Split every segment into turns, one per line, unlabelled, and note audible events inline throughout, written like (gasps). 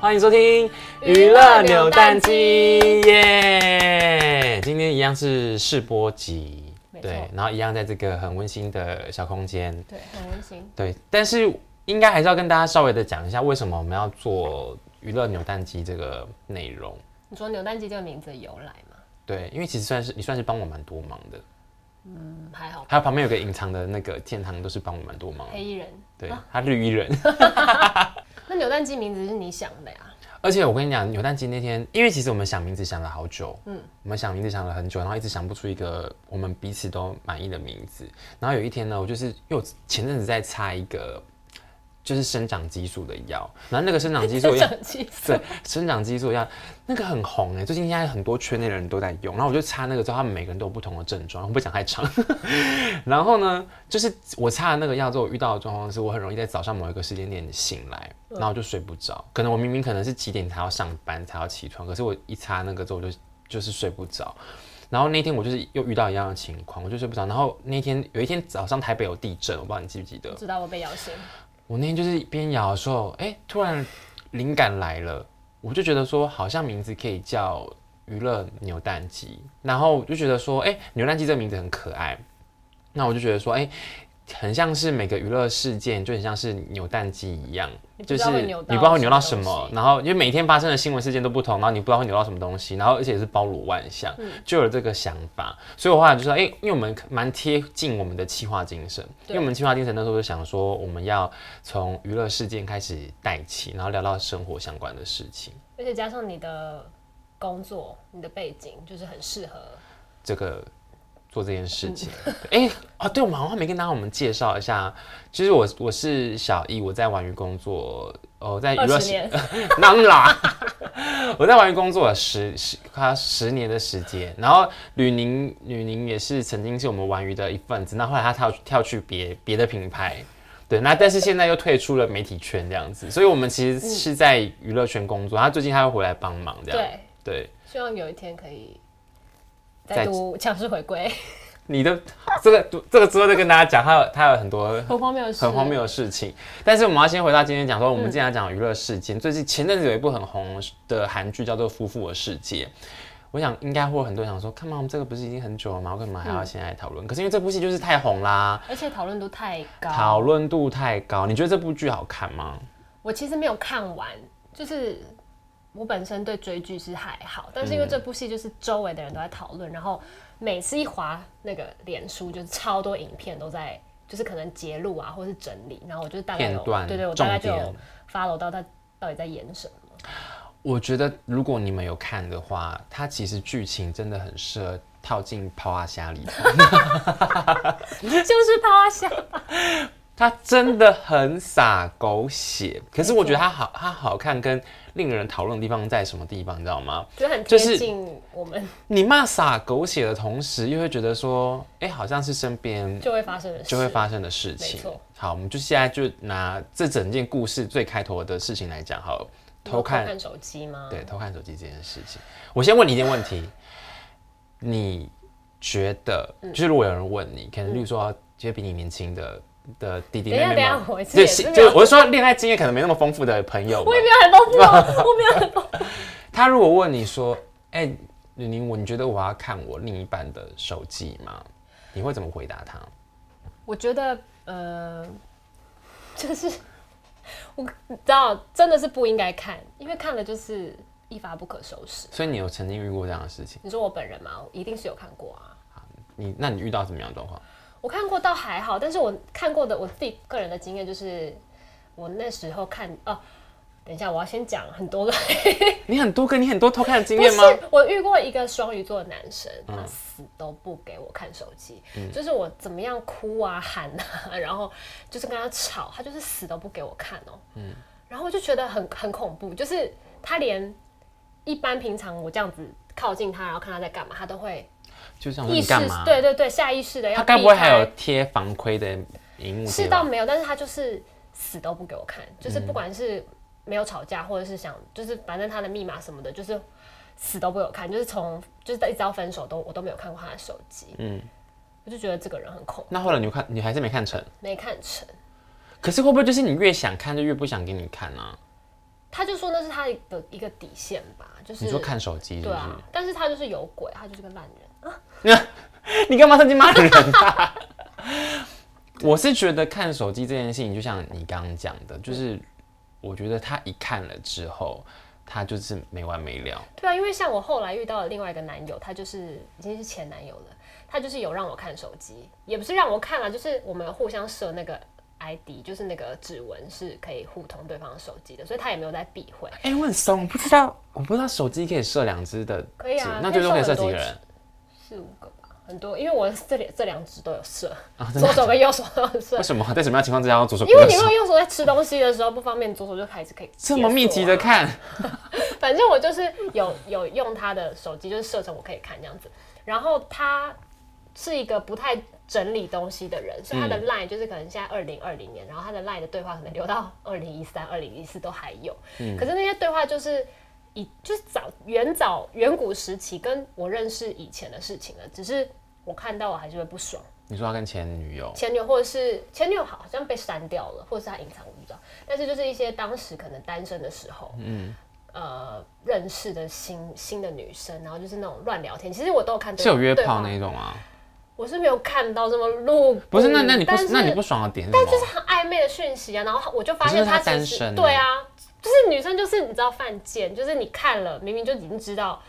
欢迎收听娱乐扭蛋机，耶！今天一样是试播集，
没错
对，然后一样在这个很温馨的小空间，
对，很温馨。
对，但是应该还是要跟大家稍微的讲一下，为什么我们要做娱乐扭蛋机这个内容。
你说扭蛋机这个名字的由来吗？
对，因为其实算是你算是帮我蛮多忙的，
嗯，还好。
还有旁边有个隐藏的那个天堂，都是帮我蛮多忙的
黑。衣人，
对，他绿衣人，
那扭蛋机名字是你想的呀？ (laughs)
而且我跟你讲，扭蛋机那天，因为其实我们想名字想了好久，嗯
嗯，
我们想名字想了很久，然后一直想不出一个我们彼此都满意的名字。然后有一天呢，我就是因为我前阵子在擦一个就是生长激素的药，然后那个生长激
(laughs)
素药，
想激
(laughs)
素
对，生长激素药那个很红哎、最近现在很多圈内的人都在用。然后我就擦那个之后，他们每个人都有不同的症状，我不会讲太长。 (laughs) 然后呢，就是我擦了那个药之后，我遇到的状况是我很容易在早上某一个时间点醒来，然后我就睡不着。可能我明明可能是几点才要上班才要起床，可是我一擦那个之后我就就是睡不着。然后那天我就是又遇到一样的情况，我就睡不着。然后那天有一天早上台北有地震，我不知道你记不记得
不？知道我被摇醒，
我那天就是边摇的时候，哎、突然灵感来了，我就觉得说，好像名字可以叫娱乐扭蛋机，然后我就觉得说，哎、扭蛋机这个名字很可爱，那我就觉得说，哎、很像是每个娱乐事件，就很像是扭蛋机一样，
你不
就
知
是
道会扭到
你不知道会扭到什
什么
么
东，西
然后因为每天发生的新闻事件都不同，然后你不知道会扭到什么东西，然后而且也是包罗万象，
嗯
就有这个想法，所以我后来就说，哎、因为我们蛮贴近我们的企划精神，因
对
为我们企划精神那时候就想说，我们要从娱乐事件开始带起，然后聊到生活相关的事情，
而且加上你的工作、你的背景，就是很适合。
这个做这件事情。(laughs)
嗯
哎、哦，对，我们好像没跟大家我们介绍一下，其实我我是小易，我在玩娱工作，哦，在娱
二
乐
十
事
年，
(laughs) 当啦，我在玩工作了十十快十年的时间，然后吕宁吕宁也是曾经是我们玩鱼的一份子，那后来他跳跳去别别的品牌，对，那但是现在又退出了媒体圈这样子，所以我们其实是在娱乐圈工作，他最近他又回来帮忙这样，
(laughs) 对，
对，
希望有一天可以
再
再度强势回归。
你的这个这个之后再跟大家讲，他有他有很多
(laughs) 很荒谬的事，
很荒谬的事情。但是我们要先回到今天讲说，我
嗯
们今天要讲娱乐事件。最近前阵子有一部很红的韩剧叫做《夫妇的世界》。我想应该会有很多人想说，看嘛，我们这个不是已经很久了吗？为什么还要
嗯
现在讨论？可是因为这部戏就是太红啦，
而且讨论度太高。
讨论度太高。你觉得这部剧好看吗？
我其实没有看完，就是我本身对追剧是还好，但
嗯
是因为这部戏就是周围的人都在讨论，然后每次一划那个脸书，就是超多影片都在，就是可能截录啊，或是整理，然后我就是大概有
片段
对对，我大概就
重
有
点
follow 到他到底在演什么。 (laughs)
我觉得如果你们有看的话，它其实剧情真的很适合套进泡啊虾里头。
就是趴下，
它真的很洒狗血，可是我觉得它好，它好看跟令人讨论的地方在什么地方，你知道吗？
觉得很
就
贴
是
近我们
你骂洒狗血的同时，又会觉得说，哎、好像是身边
就会发生的事，
就会发生的事情
没错。
好，我们就现在就拿这整件故事最开头的事情来讲好了，
你有
偷看，
看手机吗？
对，偷看手机这件事情。我先问你一件问题，你觉得，
嗯
就是如果有人问你，可能例如说，觉得比你年轻的的弟弟
等一下
妹妹
等一下
们，
我其实
对
也
是
是没
就
有
是我是说恋爱经验可能没那么丰富的朋友们
我也没有很丰富
(laughs)
哦，我没有很丰富。
他如果问你说，哎、李宁，我你觉得我要看我另一半的手机吗？你会怎么回答他？
我觉得，呃，就是 (laughs) 我你知道，真的是不应该看，因为看了就是一发不可收拾。
所以你有曾经遇过这样的事情？
你说我本人嘛，我一定是有看过啊。
你那你遇到什么样的状况？
我看过倒还好，但是我看过的我自己个人的经验就是，我那时候看哦，等一下我要先讲很多个，
你很多跟你很多偷看的经
不
验
是
吗？嗯
我遇过一个双鱼座的男生，他死都不给我看手机，就是我怎么样哭啊喊啊，然后就是跟他吵，他就是死都不给我看哦。
嗯
然后我就觉得很很恐怖，就是他连一般平常我这样子靠近他，然后看他在干嘛，他都会
就想说
意
你
识
干嘛？
对对对下意识的要
他
避开。
该不会还有贴防窥的荧幕
是
贴
倒
吧？
没有，但是他就是死都不给我看，
嗯
就是不管是没有吵架，或者是想，就是反正他的密码什么的，就是死都不给我看，就是从就是一直到分手都我都没有看过他的手机，嗯，我就觉得这个人很恐，
那后来你有看，你还是没看成。
没看成。
可是会不会就是你越想看就越不想给你看呢、
他就说那是他的一个底线吧，就是
你说看手机是
对
不
啊
是？，
但是他就是有鬼，他就是个烂人。
(laughs) 你干嘛趁机骂人啊？ (laughs) 我是觉得看手机这件事情，就像你刚刚讲的，就是我觉得他一看了之后，他就是没完没了。
对啊，因为像我后来遇到的另外一个男友，他就是已经是前男友了，他就是有让我看手机，也不是让我看了，就是我们互相设那个 ID，就是那个指纹是可以互通对方的手机的，所以他也没有在避讳。
哎、我很怂，我不知道，我不知道手机可以设两只的指，
可以啊
那最多可以设
可以设
几个
很多
人？
四五个吧，很多，因为我这里这两只都有射，
真的
左手跟右手都有射
为。什么在什么样情况之下要左手不
因为
右
你如
手
果？右手在吃东西的时候不方便，左手就开始可以、啊
这么密集的。看，
反正我就是有有用他的手机，就是设成我可以看这样子。然后他是一个不太整理东西的人，所以他的 line 就是可能现在二零二零年，然后他的 line 的对话可能留到二零一三、二零一四都还有。可是那些对话就是。以就是早远早远古时期，跟我认识以前的事情了，只是我看到我还是会不爽。
你说他跟前女友，
前女友或者是前女友好像被删掉了，或者是她隐藏，我不知道。但是就是一些当时可能单身的时候，嗯，呃，认识的新新的女生，然后就是那种乱聊天。其实我都有看对
是有约
对
炮
话
那一种吗？
我是没有看到这么露骨。
不是，那那你不
但是
那你不爽的点是什么？
就是很暧昧的讯息啊，然后我就发
可是
现
他
其实
单身欸
对啊，就是女生就是你知道犯贱，就是你看了明明就已经知道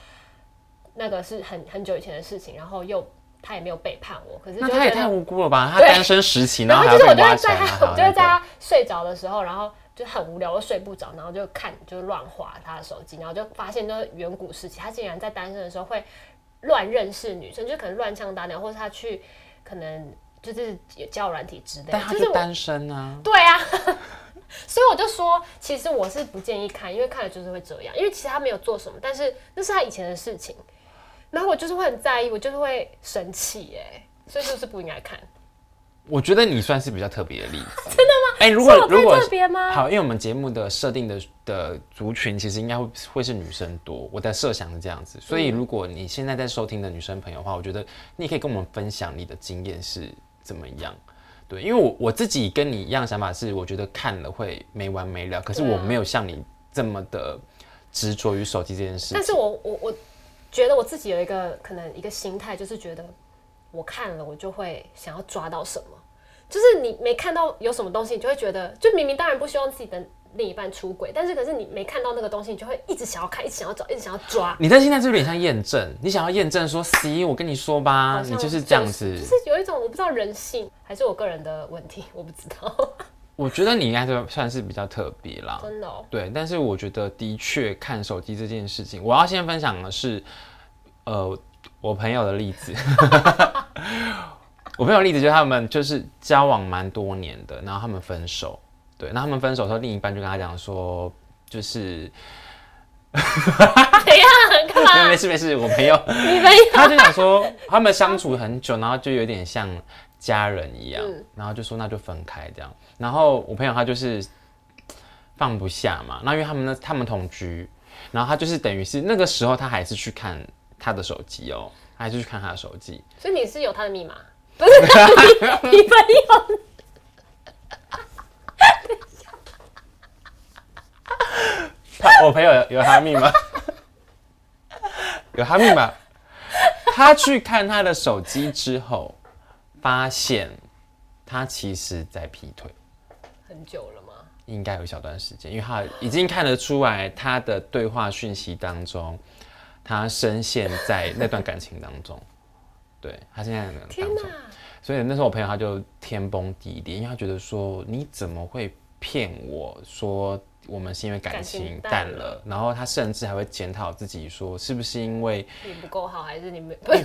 那个是很很久以前的事情，然后又他也没有背叛我，可是就
那他也
觉得
太无辜了吧？他
对
单身时期，
然
后
后
还要
就是我
被
就
挖啊
会
起来，
在
然
他，
后
(laughs) 我
还
就
要
会
那
在
个
他睡着的时候，然后就很无聊，我睡不着，然后就看就乱划他的手机，然后就发现就是远古时期，他竟然在单身的时候会乱认识女生，就可能乱枪打鸟，或者他去可能就是交友软体之类的
但，他
就是
就
我
单身啊。
对啊。所以我就说，其实我是不建议看，因为看了就是会这样。因为其实他没有做什么，但是那是他以前的事情，然后我就是会很在意，我就是会生气哎、所以是不是不应该看？
我觉得你算是比较特别的例
(laughs)
子，真的吗？哎、如果
是我
如果
太特别吗
好，因为我们节目的设定的的族群其实应该会会是女生多，我的设想是这样子。所以
嗯
如果你现在在收听的女生朋友的话，我觉得你也可以跟我们分享你的经验是怎么样。对，因为我我自己跟你一样的想法是，我觉得看了会没完没了，可是
对
我
啊
没有像你这么的执着于手机这件事情
但。是我我我觉得我自己有一个可能一个心态，就是觉得我看了我就会想要抓到什么，就是你没看到有什么东西，你就会觉得，就明明当然不希望自己的另一半出轨，但是可是你没看到那个东西，你就会一直想要看，一直想要找，一直想要抓。
你的心态是不是有点像验证？你想要验证说，C，我跟你说吧
好，像
啊你就是这样子。
就是有一种我不知道人性还是我个人的问题，我不知
(laughs)
道，
我觉得你应该算算是比较特别啦。
真的、哦。
对，但是我觉得的确看手机这件事情，我要先分享的是，呃，我朋友的例子。
(laughs)
我朋友的例子就是他们就是交往蛮多年的，然后他们分手，对，那他们分手的时候，另一半就跟他讲说，
(laughs)
就是
怎样？哎干嘛？
没事没事，我朋友
你们
(laughs) 他就想说，他们相处很久，然后就有点像家人一样，
嗯
然后就说那就分开这样。然后我朋友他就是放不下嘛，那因为他们呢，他们同居，然后他就是等于是那个时候他还是去看他的手机哦，他还是去看他的手机，
所以你是有他的密码？不是你， (laughs) 你朋友
他我朋友有有他密码，有他密码。他去看他的手机之后，发现他其实在劈腿。
很久了吗？
应该有一小段时间，因为他已经看得出来，他的对话讯息当中，他深陷在那段感情当中。 (laughs) 对他现在在那段
天
当中，
哪！
所以那时候我朋友他就天崩地裂，因为他觉得说你怎么会骗我说我们是因为感
感情
情
淡
淡
了
了，然后他甚至还会检讨自己说是不是因为
你不够好，还是你们不是？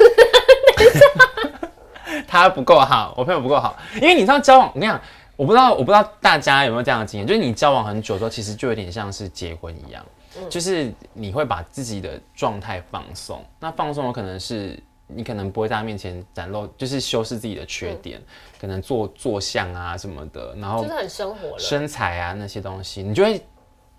(laughs) 他不够好，我朋友不够好，因为你知道交往，我跟你讲，我不知道我不知道大家有没有这样的经验，就是你交往很久之后，其实就有点像是结婚一样，就是你会把自己的状态放松，那放松有可能是。你可能不会在他面前展露，就是修饰自己的缺点，可能做做相啊什么的，然后
就是很生活了。
身材啊那些东西，你就会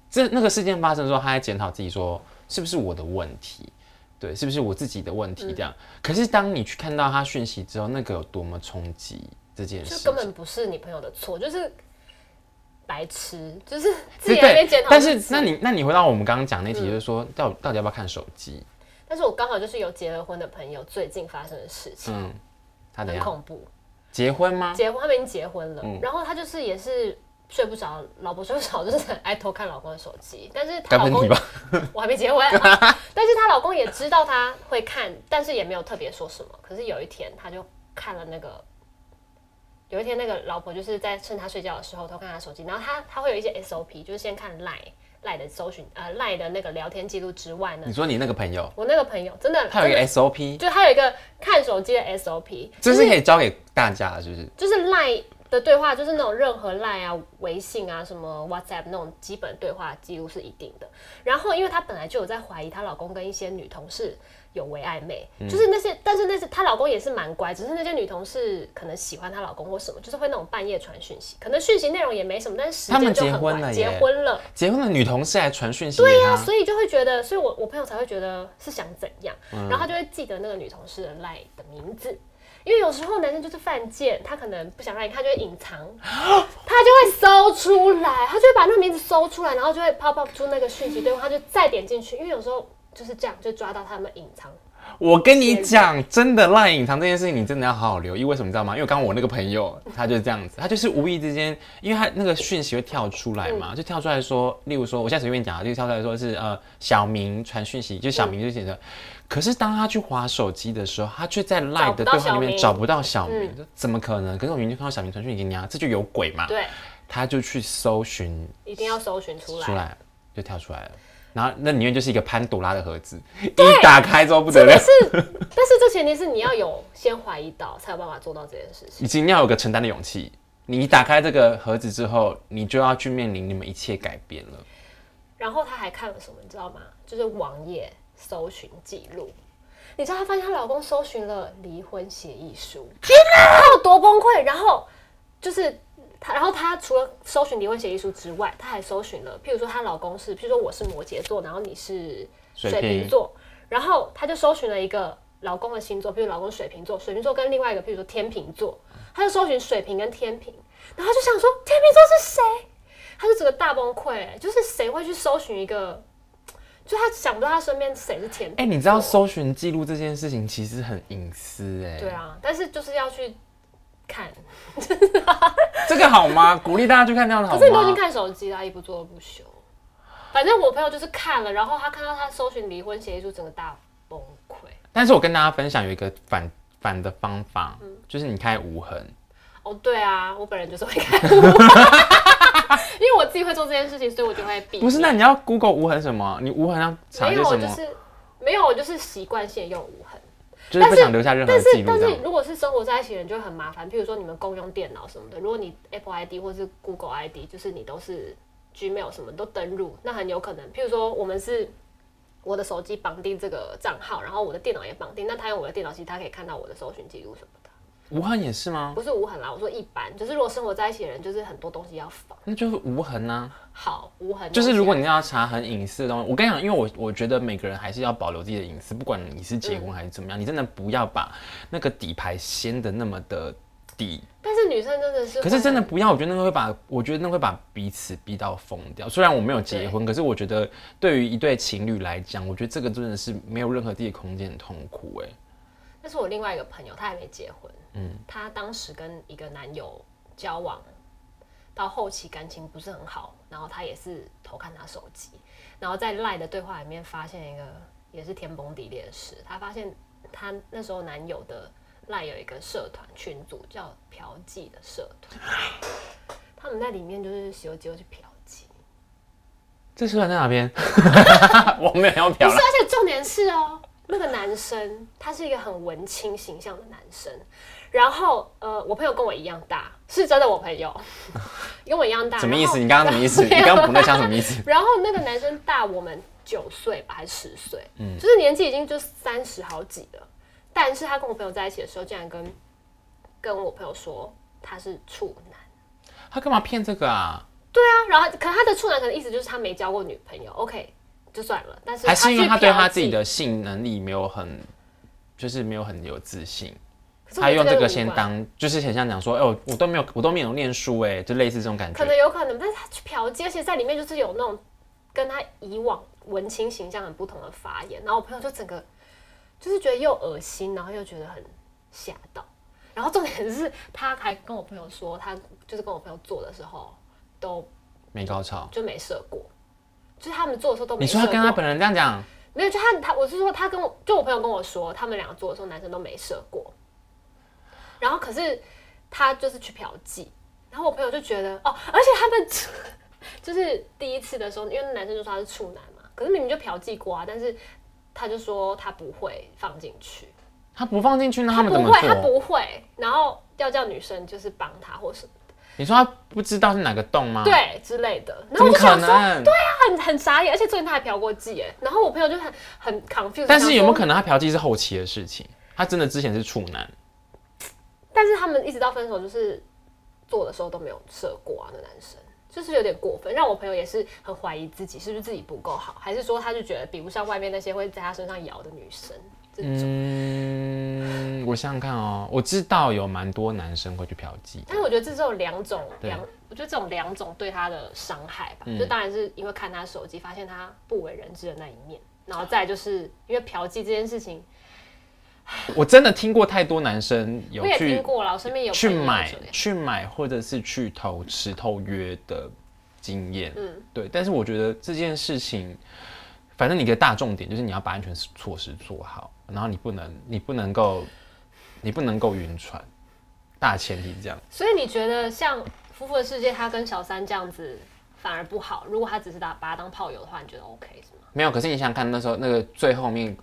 这那个事件发生的时候，他在检讨自己说是不是我的问题，对，是不是我自己的问题这样。
嗯
可是当你去看到他讯息之后，那个有多么冲击这件
就
事
根
情，
本不是你朋友的错，就是白痴，就是自己在那边检讨
但
自
是
己。
那你那你回到我们刚刚讲那题，就是说到到底要不要看手机？
但是我刚好就是有结了婚的朋友最近发生的事情，
嗯，他怎
很
样？
恐怖。
结婚吗？
结婚，他们已经结婚了，
嗯
然后她就是也是睡不着，老婆睡不着，就是很爱偷看老公的手机。但是
该
她
不
老
是
公
你吧？
我还
(laughs)
没结婚，啊但是她老公也知道她会看，但是也没有特别说什么。可是有一天，她就看了那个，有一天那个老婆就是在趁她睡觉的时候偷看她手机，然后她她会有一些 SOP，就是先看 Line Line 的搜寻，呃 Line 的那个聊天记录之外呢
你，说你那个朋友，
我那个朋友真的，
嗯他有一个
真
SOP，
的就她有一个看手机的 SOP，
这是可以教给大家的，就是
就是赖的对话，就是那种任何赖啊、微信啊、什么 WhatsApp 那种基本对话记录是一定的。然后，因为她本来就有在怀疑她老公跟一些女同事有为暧昧，
嗯
就是那些，但是那些她老公也是蛮乖，只是那些女同事可能喜欢她老公或什么，就是会那种半夜传讯息，可能讯息内容也没什么，但是时
他们
间就
结
很
婚
晚
了
结
耶
婚了。
结婚的女同事还传讯息给
啊，
他，
所以就会觉得，所以我我朋友才会觉得是想怎样，然后他就会记得那个女同事的赖的名字。因为有时候男生就是犯贱，他可能不想让你看，他就会隐 (gasps) 藏，他就会搜出来，他就会把那个名字搜出来，然后就会 pop up 出那个讯息对话，他就再点进去。因为有时候就是这样，就抓到他们隐藏。
我跟你讲，真的赖隐藏这件事情，你真的要好好留意。为什么你知道吗？因为刚刚我那个朋友，他就是这样子，他就是无意之间，因为他那个讯息会跳出来嘛，就跳出来说，例如说，我现在随便讲啊，例如跳出来说是呃小明传讯息，就小明就写着。可是当他去划手机的时候，他却在赖的对话里面找
找
不到小嗯明，就怎么可能？可是我明明就看到小明传讯息给你啊，这就有鬼嘛！
对，
他就去搜寻
一定要搜寻出来。
出来，就跳出来了。然后那里面就是一个潘朵拉的盒子，一打开之后不得了
但。是，但是这前提是你要有先怀疑到，才有办法做到这件事情。
已经要有个承担的勇气。你打开这个盒子之后，你就要去面临你们一切改变了。
然后她还看了什么，你知道吗？就是网页搜寻记录。你知道她发现她老公搜寻了离婚协议书，天哪，她有多崩溃！然后就是她，然后她除了搜寻离婚协议书之外，她还搜寻了，譬如说她老公是，譬如说我是摩羯座，然后你是
水
水瓶
瓶
座，然后她就搜寻了一个老公的星座，譬如老公水瓶座，水瓶座跟另外一个譬如说天秤座，她就搜寻水瓶跟天秤，然后她就想说天秤座是谁？他就整个大崩溃、就是谁会去搜寻一个，就他想不到他身边谁是甜
哎、
品。
你知道搜寻记录这件事情其实很隐私哎、
对，啊，但是就是要去看，
这个好吗？鼓励大家去看这样的好
可
吗？
是你都已经看手机啦，一不做二不休。反正我朋友就是看了，然后他看到他搜寻离婚协议书，整个大崩溃。
但是我跟大家分享有一个反反的方法，
嗯
就是你开无痕。
哦，对啊，我本人就是会看，
(laughs)
因为我自己会做这件事情，所以我就会避免。
不是，那你要 Google 无痕什么？你无痕要查
没
一
有，
些
我
什
就
么？
是没有，我就是习惯性用无痕。
就是
但
不
是
想留下任何的
但
记
是
录
但
这
是
样。
如果是生活在一起的人就会很麻烦，譬如说你们共用电脑什么的，如果你 Apple ID 或是 Google ID，就是你都是 Gmail 什么都登录，那很有可能，譬如说我们是。我的手机绑定这个账号，然后我的电脑也绑定，那他用我的电脑，其实他可以看到我的搜寻记录什么的，
无痕也是吗？
不是无痕啦。我说一般，就是如果生活在一起的人，就是很多东西要防。
那就是无痕啊。
好，无痕
就是
东西
如果
啊
你要查很隐私的东西，我跟你讲，因为我我觉得每个人还是要保留自己的隐私，不管你是结婚还是怎么样，你真的不要把那个底牌掀的那么的低。
但是女生真的是会很，
可是真的不要，我觉得那个会把，我觉得那会把彼此逼到疯掉。虽然我没有结婚，可是我觉得对于一对情侣来讲，我觉得这个真的是没有任何自己空间很痛苦哎、
那是我另外一个朋友，她还没结婚，嗯，她当时跟一个男友交往，到后期感情不是很好，然后她也是偷看他手机，然后在赖的对话里面发现一个也是天崩地裂的事，她发现她那时候男友的赖有一个社团群组叫嫖妓的社团，他们在里面就是喜欢就去嫖妓，
这社团在哪边？啊 (laughs) 我没有要
不
表
是，
了。
而且重点是哦，那个男生他是一个很文青形象的男生，然后呃，我朋友跟我一样大，是真的我朋
(laughs)
友，跟我一样大，
什么意
然后
思？你刚刚什么意思？你刚刚不在想什么意
(laughs)
思？
然后那个男生大我们九岁吧，还是十岁，
嗯
就是年纪已经就三十好几了。但是他跟我朋友在一起的时候，竟然跟跟我朋友说他是处男。
他干嘛骗这个啊？
对啊，然后可能他的处男可能意思就是他没交过女朋友，OK，就算了。但是
还是因为
去
他对
嫖
他自己
妓
的性能力没有很，就是没有很有自信。
可是我
他用
这
这
个
个
人
先
无法
当，就是很像讲说，哎、我我都没有，我都没有念书，哎，就类似这种感
可
觉
能。有可能，但是他去嫖妓，而且在里面就是有那种跟他以往文青形象很不同的发言，然后我朋友就整个就是觉得又恶心，然后又觉得很吓到，然后重点是他还跟我朋友说，他就是跟我朋友做的时候都
没高潮。
就没射过，就是他们做的时候都没
你
射
说
过。
他跟他本人这样讲，
没有，就他他我是说他跟我就我朋友跟我说，他们两个做的时候男生都没射过，然后可是他就是去嫖妓，然后我朋友就觉得哦，而且他们就是 (laughs) 第一次的时候，因为那男生就说他是处男嘛，可是明明就嫖妓过啊，但是他就说他不会放进去，
他不放进去，那他们怎
不
么
会，他
做？
不会，然后要叫女生就是帮他或什么，
你说他不知道是哪个洞吗？，
对之类的，然
啊怎
后我
么
就
可
想说。
能？
很很傻眼，而且最近他还嫖过妓哎，然后我朋友就很很 confused，
但是有没有
想说
可能他嫖妓是后期的事情？他真的之前是处男，
但是他们一直到分手就是做的时候都没有射过啊，那男生就是有点过分，让我朋友也是很怀疑自己是不是自己不够好，还是说他就觉得比不上外面那些会在他身上摇的女生这种。
嗯，我想想看哦，我知道有蛮多男生会去嫖妓
但是我觉得这是有两种
对嗯
两，我觉得这种两种对他的伤害吧，就当然是因为看他手机发现他不为人知的那一面，然后再来就是因为嫖妓这件事情，
我真的听过太多男生有
我也听
去
过了，我身边有
去
朋友
买
这样
去买或者是去偷吃偷约的经验，
嗯
对。但是我觉得这件事情，反正你的大重点就是你要把安全措施做好，然后你不能你不能够你不能够晕船，大前提是这样。
所以你觉得像《夫妇的世界》，他跟小三这样子反而不好？如果他只是打把他当炮友的话，你觉得 OK 是吗？
没有，可是你想想看，那时候那个最后面，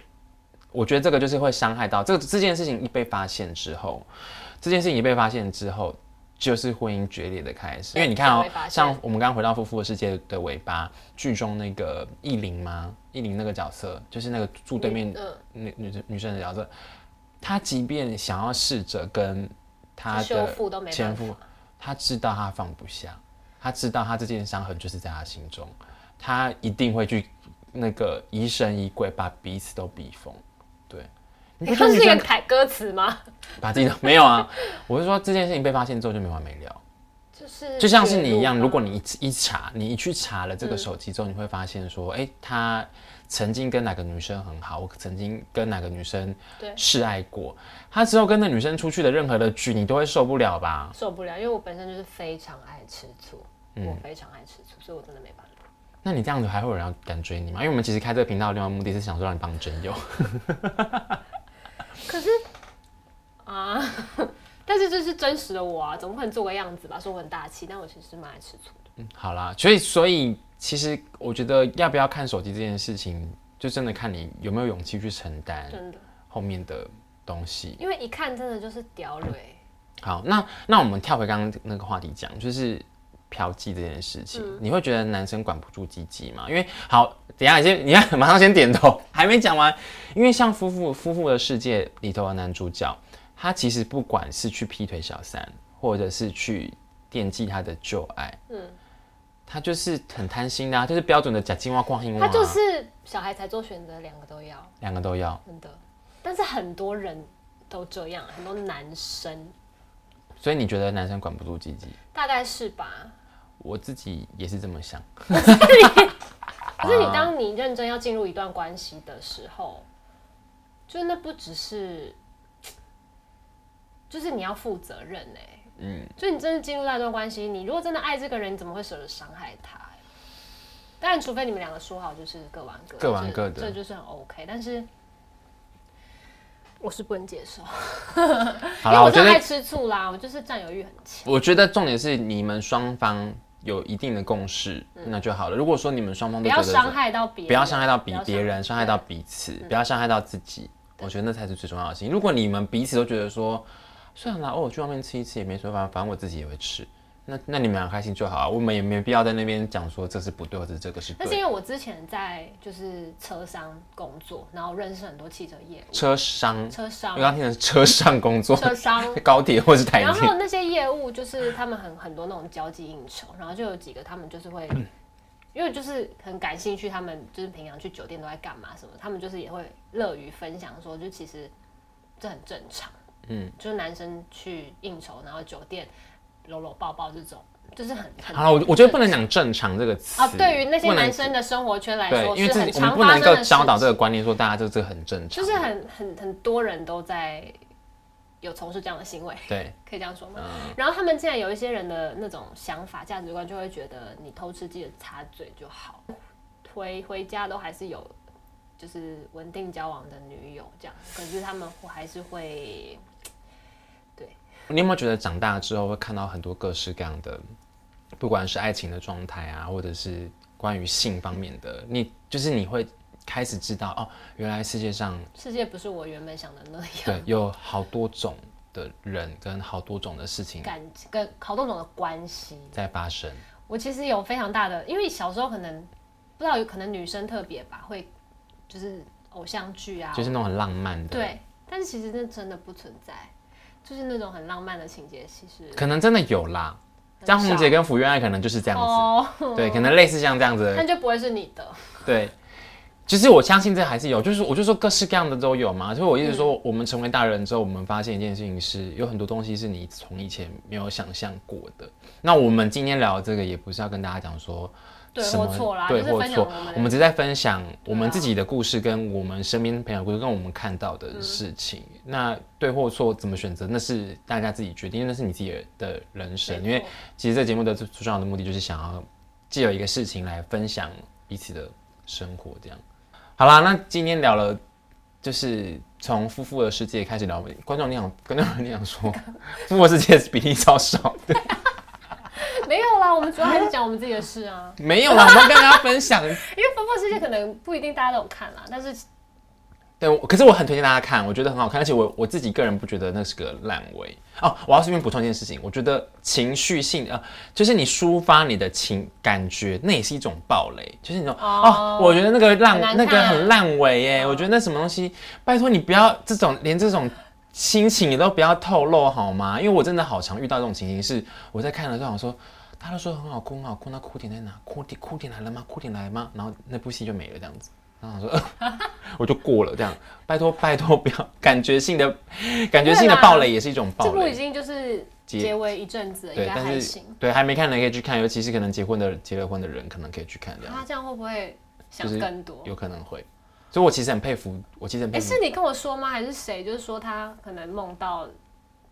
我觉得这个就是会伤害到这个这件事情一被发现之后，这件事情一被发现之后，就是婚姻决裂的开始。因为你看哦
才会发，现
像我们刚刚回到《夫妇的世界》的尾巴，剧中那个意林吗？意林那个角色，就是那个住对面
嗯，
女女生女生的角色，她即便想要试着跟她
修
的
复都没
前
办法。
夫，她知道她放不下，她知道她这件伤痕就是在她心中，她一定会去那个疑神疑鬼，把彼此都逼疯。对，你
你
不觉得女
(laughs) 这哎是一
生
个台歌词吗？
(laughs) 把自己的没有啊？我是说这件事情被发现之后就没完没了，
(laughs) 就是
就像是
介入
你一样，
吗
如果你一一查，你一去查了这个手机之后，你会发现说，哎、他曾经跟哪个女生很好，我曾经跟哪个女生
对
示爱过，他之后跟那女生出去的任何的局，你都会受不了吧？
受不了，因为我本身就是非常爱吃醋，
嗯
我非常爱吃醋，所以我真的没办法。
那你这样子还会有人要敢追你吗？因为我们其实开这个频道的另外目的是想说让你帮真友， (laughs)
可是啊， (laughs) 但是这是真实的我啊，总不能做个样子吧？说我很大气，但我其实是蛮爱吃醋的。
嗯好啦，所以所以其实我觉得要不要看手机这件事情，就真的看你有没有勇气去承担
真的，
后面的东西。
因为一看真的就是屌蕊。
好，那那我们跳回刚刚那个话题讲，就是嫖妓这件事情，
嗯
你会觉得男生管不住鸡鸡吗？因为好，等一下先，你看马上先点头，还没讲完。因为像夫妇夫妇的世界里头的男主角，他其实不管是去劈腿小三，或者是去惦记他的旧爱，嗯，他就是很贪心的、啊，就是标准的假青蛙逛青蛙、
他
啊，
就是小孩才做选择，两个都要。
两个都要。
真的，但是很多人都这样，很多男生
所以你觉得男生管不住鸡鸡？
大概是吧。
我自己也是这么想。
可是你当你认真要进入一段关系的时候，就是那不只是，就是你要负责任哎、嗯，就你真的进入到一段关系，你如果真的爱这个人，你怎么会舍得伤害他？当然，除非你们两个说好就是各玩各，
各玩各的
这这就是很 OK。但是我是不能接受，
好
因为
了，
我
我觉
真
得
的爱吃醋啦，我就是占有欲很强。
我觉得重点是你们双方有一定的共识，那就好了。如果说你们双方
嗯不
都觉
要
得
伤
说
害到别人，
不要伤害到别
不要
别人，伤害到彼此，不要伤害到自己，我觉得那才是最重要的事情。如果你们彼此都觉得说，算了啦，哦，我去外面吃一次也没什么，反正反正我自己也会吃。那那你们俩开心就好啊，我们也没必要在那边讲说这是不对，或者这个是
那是
对。
因为我之前在就是车商工作，然后认识很多汽车业务、
车商，
车
我
商
刚、刚听成车上工
(laughs)
作，(laughs)
车商，
高铁或是台
然
铁，
后那些业务就是他们很很多那种交际应酬，然后就有几个他们就是会，
嗯
因为就是很感兴趣，他们就是平常去酒店都在干嘛什么，他们就是也会乐于分享说，就其实这很正常。嗯，就是男生去应酬，然后酒店搂搂抱抱这种，就是很很
好了，我我觉得不能讲正常这个词
啊，对于那些
不能
男生的生活圈来
对，
说，
因为
是
这
很
我们
常
不
发
能
生
够
的事
教导
情
这个观念，说大家就这个很正常，
就是很很很多人都在有从事这样的行为，
对，
可以这样说吗？然后他们竟然有一些人的那种想法、价值观，就会觉得你偷吃记得擦嘴就好，回回家都还是有就是稳定交往的女友这样，可是他们还是会
你有没有觉得长大之后会看到很多各式各样的，不管是爱情的状态啊，或者是关于性方面的，你就是你会开始知道哦，原来世界上
世界不是我原本想的那样，
对有好多种的人跟好多种的事情
感跟好多种的关系。
在发生。
我其实有非常大的，因为小时候可能不知道，有可能女生特别吧，会就是偶像剧啊，
就是那种很浪漫的，，
对，但是其实那真的不存在，就是那种很浪漫的情节，其实
可能真的有啦。张红姐跟福原爱可能就是这样子，
哦，
对，可能类似像这样子的
那就不会是你的。
对，其实我相信这还是有，就是我就说各式各样的都有嘛。所以我一直说，我们成为大人之后，我们发现一件事情是，有很多东西是你从以前没有想象过的。那我们今天聊的这个，也不是要跟大家讲说。
对
什么
或错啦
对
就是
或
分享
错
我们的，
我们只是在分享我
对
们
啊
自己的故事，跟我们身边朋友的故事，跟我们看到
嗯
的事情。那对或错怎么选择，那是大家自己决定，因为那是你自己的人生。因
没
为
错
其实这节目的最最重要的目的就是想要借由一个事情来分享彼此的生活，这样。好啦，那今天聊了，就是从夫妇的世界开始聊。观众你想，观众你想说， (laughs) 夫妇的世界比例超少 (laughs) 的，
没有啦，我们主要还是讲我们自己的事啊，
没有啦，我们跟大家分享。
因为《风暴世界》可能不一定大家都有看啦，但是
对，我可是我很推荐大家看，我觉得很好看，而且我我自己个人不觉得那是个烂尾哦。我要顺便补充一件事情，我觉得情绪性啊、呃就是你抒发你的情感觉，那也是一种暴雷，就是你说哦
哦
我觉得那个烂
很难
那个
看
很烂尾耶，
哦
我觉得那什么东西，拜托你不要这种连这种心情你都不要透露好吗？因为我真的好常遇到这种情形，是我在看的时候想说。他都说很好哭，很好哭，那哭点在哪？哭点哭点来了吗？哭点来了吗？然后那部戏就没了这样子。然后我说， (laughs) 我就过了这样。拜托拜托，不要感觉性的感觉性的暴雷也是一种
这
暴
部已
雷。
经就是
结
结尾一阵子了，应
对，
该还
但是
行。
对还没看的可以去看，尤其是可能结婚的结了婚的人，可能可以去看这
他
样，
这样会不会想
就是
更多？
有可能会。所以我其实很佩服，我其实很
哎、
佩服
是你跟我说吗？还是谁？就是说她可能梦到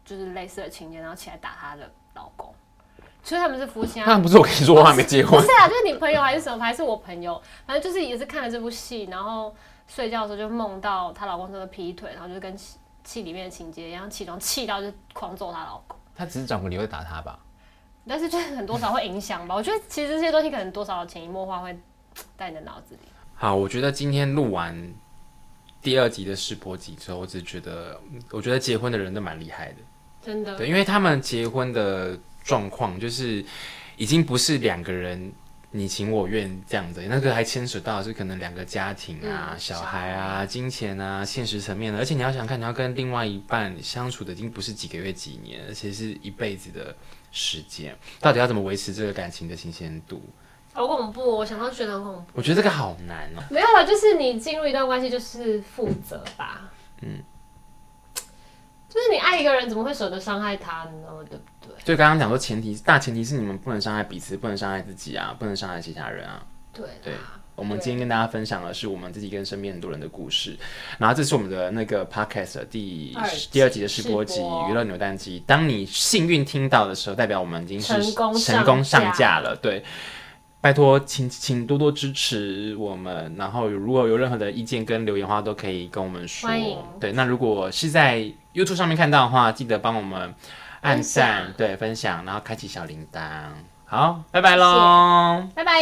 就是类似的情节，然后起来打她的老公，所以他们是夫妻啊
那。不是我跟你说，我还没结
不
婚
是。啊，就是你朋友还是什么，还是我朋友，反正就是也是看了这部戏，然后睡觉的时候就梦到她老公真的劈腿，然后就跟戏戏里面的情节一样，其中气到就狂揍她老公。
他只是找个理由打他吧？
但是就是很多少会影响吧，我觉得其实这些东西可能多少潜移默化会在你的脑子里。
好，我觉得今天录完第二集的试播集之后，我只觉得，我觉得结婚的人都蛮厉害的。
真的，
对，因为他们结婚的状况就是已经不是两个人你情我愿这样子，那个还牵扯到是可能两个家庭啊、
嗯
小
小
孩啊、金钱啊、现实层面的，而且你要想看，你要跟另外一半相处的已经不是几个月、几年，而且是一辈子的时间，到底要怎么维持这个感情的新鲜度？
好恐怖哦，我想到觉得很恐怖。
我觉得这个好难哦。
没有啦，就是你进入一段关系就是负责吧。
嗯
嗯，就是你爱一个人，怎么会舍得伤害他呢？对不对？
就刚刚讲说，前提大前提是你们不能伤害彼此，不能伤害自己啊，不能伤害其他人啊。
对
对
啦，
我们今天跟大家分享的是我们自己跟身边很多人的故事，然后这是我们的那个 podcast 的第
二集
第二集的试播集
试播
《娱乐扭蛋机》。当你幸运听到的时候，代表我们已经是
成功上
成功上架了。对，拜托，请请多多支持我们。然后如果有任何的意见跟留言的话，都可以跟我们说
欢迎。
对，那如果是在 YouTube 上面看到的话，记得帮我们按
分享
赞、对分享，然后开启小铃铛。好，拜拜喽。
拜拜。